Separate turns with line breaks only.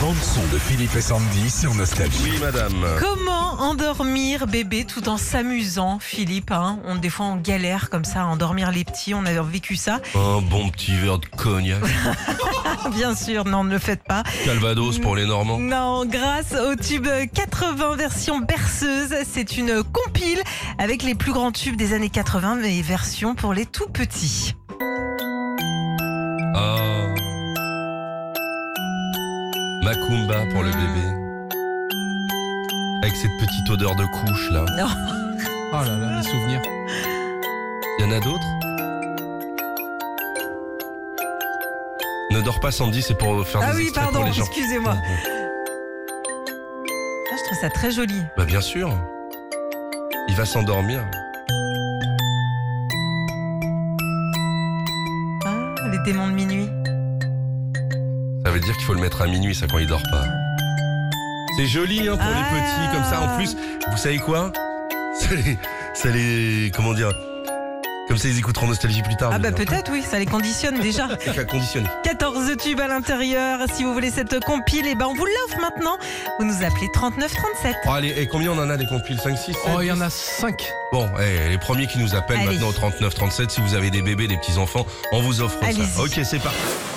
bande son de Philippe et Sandy sur Nostalgie.
Oui, madame.
Comment endormir bébé tout en s'amusant, Philippe hein on, Des fois, on galère comme ça à endormir les petits. On a vécu ça.
Un bon petit verre de cognac.
Bien sûr, non, ne le faites pas.
Calvados pour les Normands.
Non, grâce au tube 80 version berceuse, c'est une compile avec les plus grands tubes des années 80, mais version pour les tout petits.
Ah. Macumba pour le bébé. Avec cette petite odeur de couche, là.
Non.
Oh là là, les souvenirs.
Il y en a d'autres Ne dors pas, Sandy, c'est pour faire
Ah
des
oui,
extraits
pardon,
pour les gens.
excusez-moi. Ah, je trouve ça très joli.
Bah, bien sûr. Il va s'endormir.
Ah, les démons de minuit.
Ça veut dire qu'il faut le mettre à minuit, ça, quand il dort pas. C'est joli, hein, pour
Ah.
les petits, comme ça. En plus, vous savez quoi ça les, ça les- Comment dire Comme ça, ils écouteront Nostalgie plus tard.
Ah
vous
bah
voyez.
peut-être, oui, ça les conditionne déjà.
C'est qu'à conditionner.
14 tubes à l'intérieur. Si vous voulez cette compile, eh ben on vous l'offre maintenant. Vous nous appelez 3937.
Oh, allez, et combien on en a des compiles 5, 6
Oh, il y en a 5.
Bon, eh, les premiers qui nous appellent
Allez.
maintenant au 39 37, si vous avez des bébés, des petits-enfants, on vous offre ça.
Allez-y.
Ok, c'est parti.